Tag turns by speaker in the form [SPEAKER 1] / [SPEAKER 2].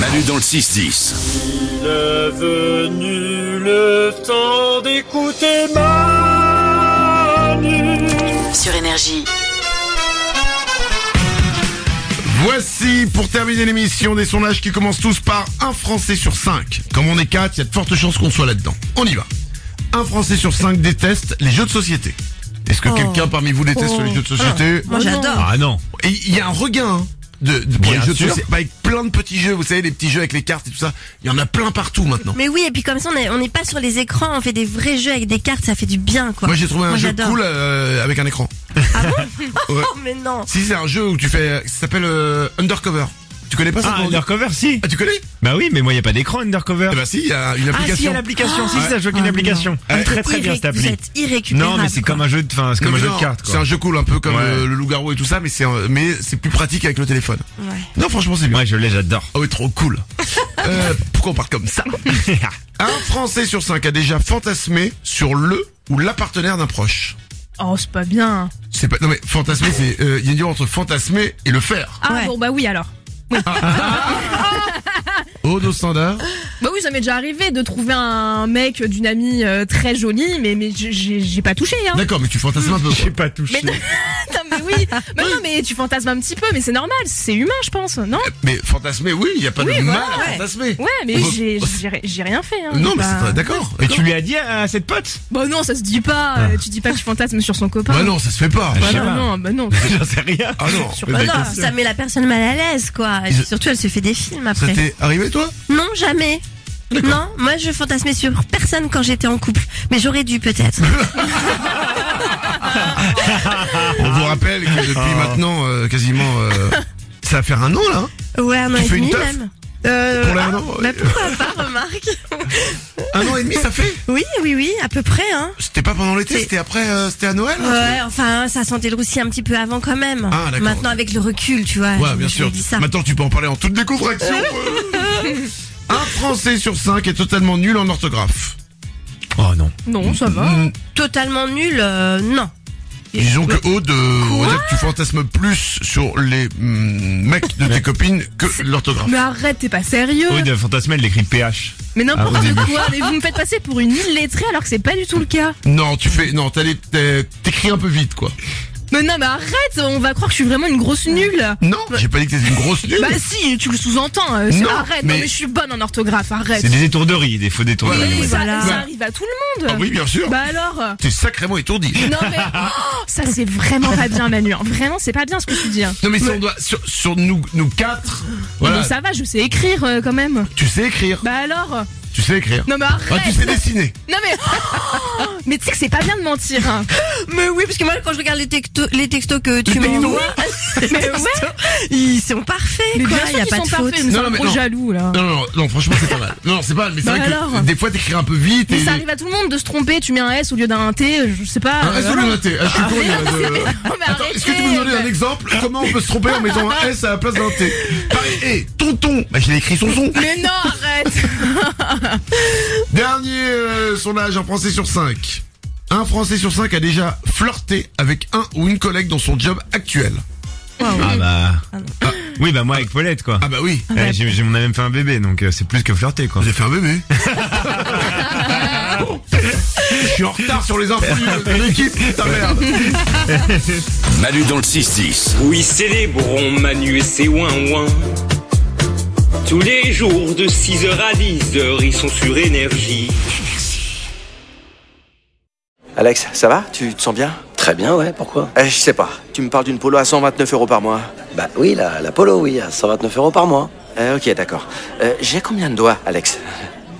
[SPEAKER 1] Manu dans le 6-10.
[SPEAKER 2] Il est venu le temps d'écouter Manu.
[SPEAKER 3] Sur Énergie.
[SPEAKER 4] Voici pour terminer l'émission des sondages qui commencent tous par un Français sur cinq. Comme on est quatre, il y a de fortes chances qu'on soit là-dedans. On y va. Un Français sur cinq déteste les jeux de société. Est-ce que quelqu'un parmi vous déteste les jeux de société
[SPEAKER 5] Moi, j'adore.
[SPEAKER 4] Ah non. Et il y a un regain hein, de, de- pour les
[SPEAKER 6] Bien
[SPEAKER 4] jeux de
[SPEAKER 6] sûr.
[SPEAKER 4] société. Avec plein de petits jeux, vous savez, les petits jeux avec les cartes et tout ça. Il y en a plein partout maintenant.
[SPEAKER 5] Mais oui, et puis comme ça, on est- on n'est pas sur les écrans, on fait des vrais jeux avec des cartes, ça fait du bien, quoi.
[SPEAKER 4] Moi j'ai trouvé un jeu
[SPEAKER 5] j'adore.
[SPEAKER 4] cool euh, avec un écran.
[SPEAKER 5] Oh, mais non.
[SPEAKER 4] Si c'est un jeu où tu fais, ça s'appelle euh, Undercover. Tu connais pas ça
[SPEAKER 6] Ah,
[SPEAKER 4] Corentin
[SPEAKER 6] Undercover, si
[SPEAKER 4] Ah, tu connais
[SPEAKER 6] Bah oui, mais moi, il a pas d'écran Undercover.
[SPEAKER 4] Eh ben si, il y a une
[SPEAKER 6] ah si, il y
[SPEAKER 4] application.
[SPEAKER 6] a l'application, si,
[SPEAKER 4] Ouais.
[SPEAKER 6] ça, je vois qu'il y a une application. Elle est très très bien, cette
[SPEAKER 5] Irré- Vous
[SPEAKER 6] appli.
[SPEAKER 5] êtes irrécupérable.
[SPEAKER 6] Non, mais c'est
[SPEAKER 5] quoi.
[SPEAKER 6] comme un jeu de, enfin, c'est
[SPEAKER 4] Non,
[SPEAKER 6] comme un
[SPEAKER 4] mais
[SPEAKER 6] jeu
[SPEAKER 4] non,
[SPEAKER 6] de cartes, quoi.
[SPEAKER 4] C'est un jeu cool, un peu comme
[SPEAKER 6] Ouais.
[SPEAKER 4] euh, le loup-garou et tout ça, mais c'est un- mais c'est plus pratique avec le téléphone.
[SPEAKER 5] Ouais.
[SPEAKER 4] Non, franchement, c'est bien.
[SPEAKER 6] Ouais, je l'ai, j'adore.
[SPEAKER 4] Ah oui, trop cool. Euh, pourquoi on parle comme ça Un Français sur cinq a déjà fantasmé sur le ou la partenaire d'un proche.
[SPEAKER 7] Oh, c'est pas bien.
[SPEAKER 4] C'est pas non mais fantasmer, c'est euh, il y a une différence entre fantasmer et le faire.
[SPEAKER 7] Ah
[SPEAKER 5] Ouais.
[SPEAKER 7] bon, bah oui alors.
[SPEAKER 4] Aude au standard.
[SPEAKER 7] Bah oui, ça m'est déjà arrivé de trouver un mec d'une amie euh, très jolie, mais mais j'ai- j'ai j'ai pas touché. Hein.
[SPEAKER 4] D'accord, mais tu fantasmes un peu. quoi.
[SPEAKER 6] pas touché.
[SPEAKER 7] Putain, mais oui. mais non, mais tu fantasmes un petit peu, mais c'est normal, c'est humain, je pense, non
[SPEAKER 4] Mais fantasmer, oui, il y a pas
[SPEAKER 7] Oui,
[SPEAKER 4] de mal
[SPEAKER 7] voilà,
[SPEAKER 4] à
[SPEAKER 7] ouais.
[SPEAKER 4] fantasmer.
[SPEAKER 7] Ouais, mais
[SPEAKER 4] Re-
[SPEAKER 7] j'ai j'ai ri- j'ai rien fait. Hein.
[SPEAKER 4] Non, mais
[SPEAKER 7] Bah-
[SPEAKER 4] c'est d'accord.
[SPEAKER 6] Mais tu lui as dit à cette pote
[SPEAKER 7] Bah non, ça se dit pas. euh, Tu dis pas que tu fantasmes sur son copain.
[SPEAKER 4] Bah non, ça se fait pas.
[SPEAKER 6] je
[SPEAKER 7] Bah
[SPEAKER 6] sais pas.
[SPEAKER 7] non, non, bah non.
[SPEAKER 6] J'en sais rien.
[SPEAKER 4] Ah non.
[SPEAKER 7] Sur-
[SPEAKER 4] mais
[SPEAKER 5] Bah
[SPEAKER 4] d'accord.
[SPEAKER 5] non, ça met la personne mal à l'aise, quoi. Et
[SPEAKER 4] Ils-
[SPEAKER 5] surtout, elle se fait des films
[SPEAKER 4] Ça
[SPEAKER 5] après.
[SPEAKER 4] t'est arrivé toi
[SPEAKER 5] Non, jamais. Non, moi je fantasmais sur personne quand j'étais en couple, mais j'aurais dû peut-être.
[SPEAKER 4] On vous rappelle que depuis
[SPEAKER 5] Ah.
[SPEAKER 4] maintenant euh, quasiment euh, ça va faire un an là. hein.
[SPEAKER 5] Ouais, un an
[SPEAKER 4] Tu
[SPEAKER 5] et
[SPEAKER 4] fais une
[SPEAKER 5] demi
[SPEAKER 4] teuf
[SPEAKER 5] même.
[SPEAKER 4] Pour
[SPEAKER 5] Euh,
[SPEAKER 4] la-
[SPEAKER 5] ah,
[SPEAKER 4] non,
[SPEAKER 5] bah
[SPEAKER 4] oui.
[SPEAKER 5] pourquoi pas, remarque.
[SPEAKER 4] Un an et demi, ça fait
[SPEAKER 5] Oui, oui, oui, à peu près, hein.
[SPEAKER 4] C'était pas pendant l'été,
[SPEAKER 5] C'est-
[SPEAKER 4] c'était après, euh, c'était à Noël hein,
[SPEAKER 5] Ouais, enfin, ça sentait le roussi un petit peu avant quand même.
[SPEAKER 4] Ah, d'accord.
[SPEAKER 5] Maintenant, avec le recul, tu vois.
[SPEAKER 4] tu-
[SPEAKER 5] je-
[SPEAKER 4] Ouais, bien
[SPEAKER 5] je
[SPEAKER 4] sûr.
[SPEAKER 5] me dis ça.
[SPEAKER 4] Maintenant, tu peux en parler en toute décontraction. un Français sur cinq est totalement nul en orthographe.
[SPEAKER 6] Oh non.
[SPEAKER 7] Non, ça va.
[SPEAKER 4] Mm,
[SPEAKER 5] Totalement nul, euh, non.
[SPEAKER 4] Disons que Aude, euh, on va dire que tu fantasmes plus sur les mm, mecs de tes copines que l'orthographe.
[SPEAKER 7] Mais arrête, t'es pas sérieux.
[SPEAKER 6] Oui, de Fantasma, elle l'écrit PH.
[SPEAKER 7] Mais n'importe
[SPEAKER 6] Ah, au début.
[SPEAKER 7] quoi. Mais vous me faites passer pour une illettrée alors que c'est pas du tout le cas.
[SPEAKER 4] Non, tu fais, non, t'as les- t'es- t'écris un peu vite, quoi.
[SPEAKER 7] Mais non, mais arrête. On va croire que je suis vraiment une grosse nulle.
[SPEAKER 4] Non, j'ai pas dit que t'es une grosse nulle.
[SPEAKER 7] Bah si, tu le sous-entends. euh, c'est-
[SPEAKER 4] Eh Non,
[SPEAKER 7] arrête, non
[SPEAKER 4] mais-
[SPEAKER 7] mais je suis bonne en orthographe, arrête.
[SPEAKER 6] C'est des étourderies, des faux
[SPEAKER 7] Oui,
[SPEAKER 6] détourderies.
[SPEAKER 7] ça,
[SPEAKER 5] Voilà.
[SPEAKER 7] ça arrive à tout le monde.
[SPEAKER 4] Ah oui, bien sûr.
[SPEAKER 7] Bah alors euh,
[SPEAKER 4] T'es sacrément étourdi.
[SPEAKER 7] Non mais oh, ça c'est vraiment pas bien Manu. hein. Vraiment c'est pas bien ce que tu dis. hein.
[SPEAKER 4] Non, mais si on doit, sur, sur nous, nous quatre, voilà,
[SPEAKER 7] Mais ça va, je sais écrire euh, quand même.
[SPEAKER 4] tu sais écrire.
[SPEAKER 7] Bah alors euh,
[SPEAKER 4] Tu sais écrire.
[SPEAKER 7] Non mais
[SPEAKER 4] Ah, tu
[SPEAKER 7] arrête.
[SPEAKER 4] sais dessiner.
[SPEAKER 7] Non mais oh, mais tu sais que c'est pas bien de mentir. hein.
[SPEAKER 5] Mais oui, parce que moi, quand je regarde les, textos, les textos que tu
[SPEAKER 4] textos.
[SPEAKER 5] m'envoies, les
[SPEAKER 7] Mais
[SPEAKER 5] textos,
[SPEAKER 7] ouais.
[SPEAKER 5] ils sont parfaits,
[SPEAKER 7] Mais
[SPEAKER 5] quoi.
[SPEAKER 7] bien
[SPEAKER 5] Il
[SPEAKER 7] sûr
[SPEAKER 5] y a
[SPEAKER 7] qu'ils
[SPEAKER 5] pas
[SPEAKER 7] sont
[SPEAKER 5] de faute.
[SPEAKER 7] parfaits, mais
[SPEAKER 4] Non,
[SPEAKER 7] c'est un
[SPEAKER 4] mais
[SPEAKER 7] gros
[SPEAKER 4] non.
[SPEAKER 7] jaloux là.
[SPEAKER 4] Non, non, non, non, franchement, c'est pas mal. Non, non, c'est pas mal, mais c'est
[SPEAKER 7] Bah
[SPEAKER 4] vrai que
[SPEAKER 7] alors
[SPEAKER 4] des fois, t'écris un peu vite
[SPEAKER 7] Mais
[SPEAKER 4] et.
[SPEAKER 7] ça arrive à tout le monde de se tromper, tu mets un S au lieu d'un T, je sais pas.
[SPEAKER 4] Un S
[SPEAKER 7] euh,
[SPEAKER 4] au lieu
[SPEAKER 7] voilà.
[SPEAKER 4] d'un T. Ah, je suis con, il y a de-
[SPEAKER 7] Non, mais
[SPEAKER 4] Attends,
[SPEAKER 7] arrêtez,
[SPEAKER 4] est-ce que tu peux nous donner un exemple Comment on peut se tromper en mettant un S à la place d'un T Pareil, hé, tonton Bah, je l'ai écrit son son.
[SPEAKER 7] Mais non, arrête
[SPEAKER 4] Dernier euh, sondage, un Français sur 5. Un Français sur 5 a déjà flirté avec un ou une collègue dans son job actuel.
[SPEAKER 6] Ah bah. Ah, Oui, bah moi avec Paulette, quoi.
[SPEAKER 4] Ah, bah oui.
[SPEAKER 6] Eh, j'ai- j'ai- on a même fait un bébé, donc euh, c'est plus que flirter, quoi.
[SPEAKER 4] J'ai fait un bébé. je suis en retard sur les infos de de l'équipe, putain merde.
[SPEAKER 1] Manu dans le 6-10.
[SPEAKER 2] Oui, célébrons Manu et ses ouin-ouin. Tous les jours de 6h à 10h, ils sont sur énergie.
[SPEAKER 8] Alex, ça va Tu te sens bien
[SPEAKER 9] Très bien, ouais, pourquoi
[SPEAKER 8] Eh, Je sais pas. Tu me parles d'une polo à 129 euros par mois.
[SPEAKER 9] Bah oui, la, la Polo, oui, à 129 euros par mois.
[SPEAKER 8] Eh, ok, d'accord. Euh, J'ai combien de doigts, Alex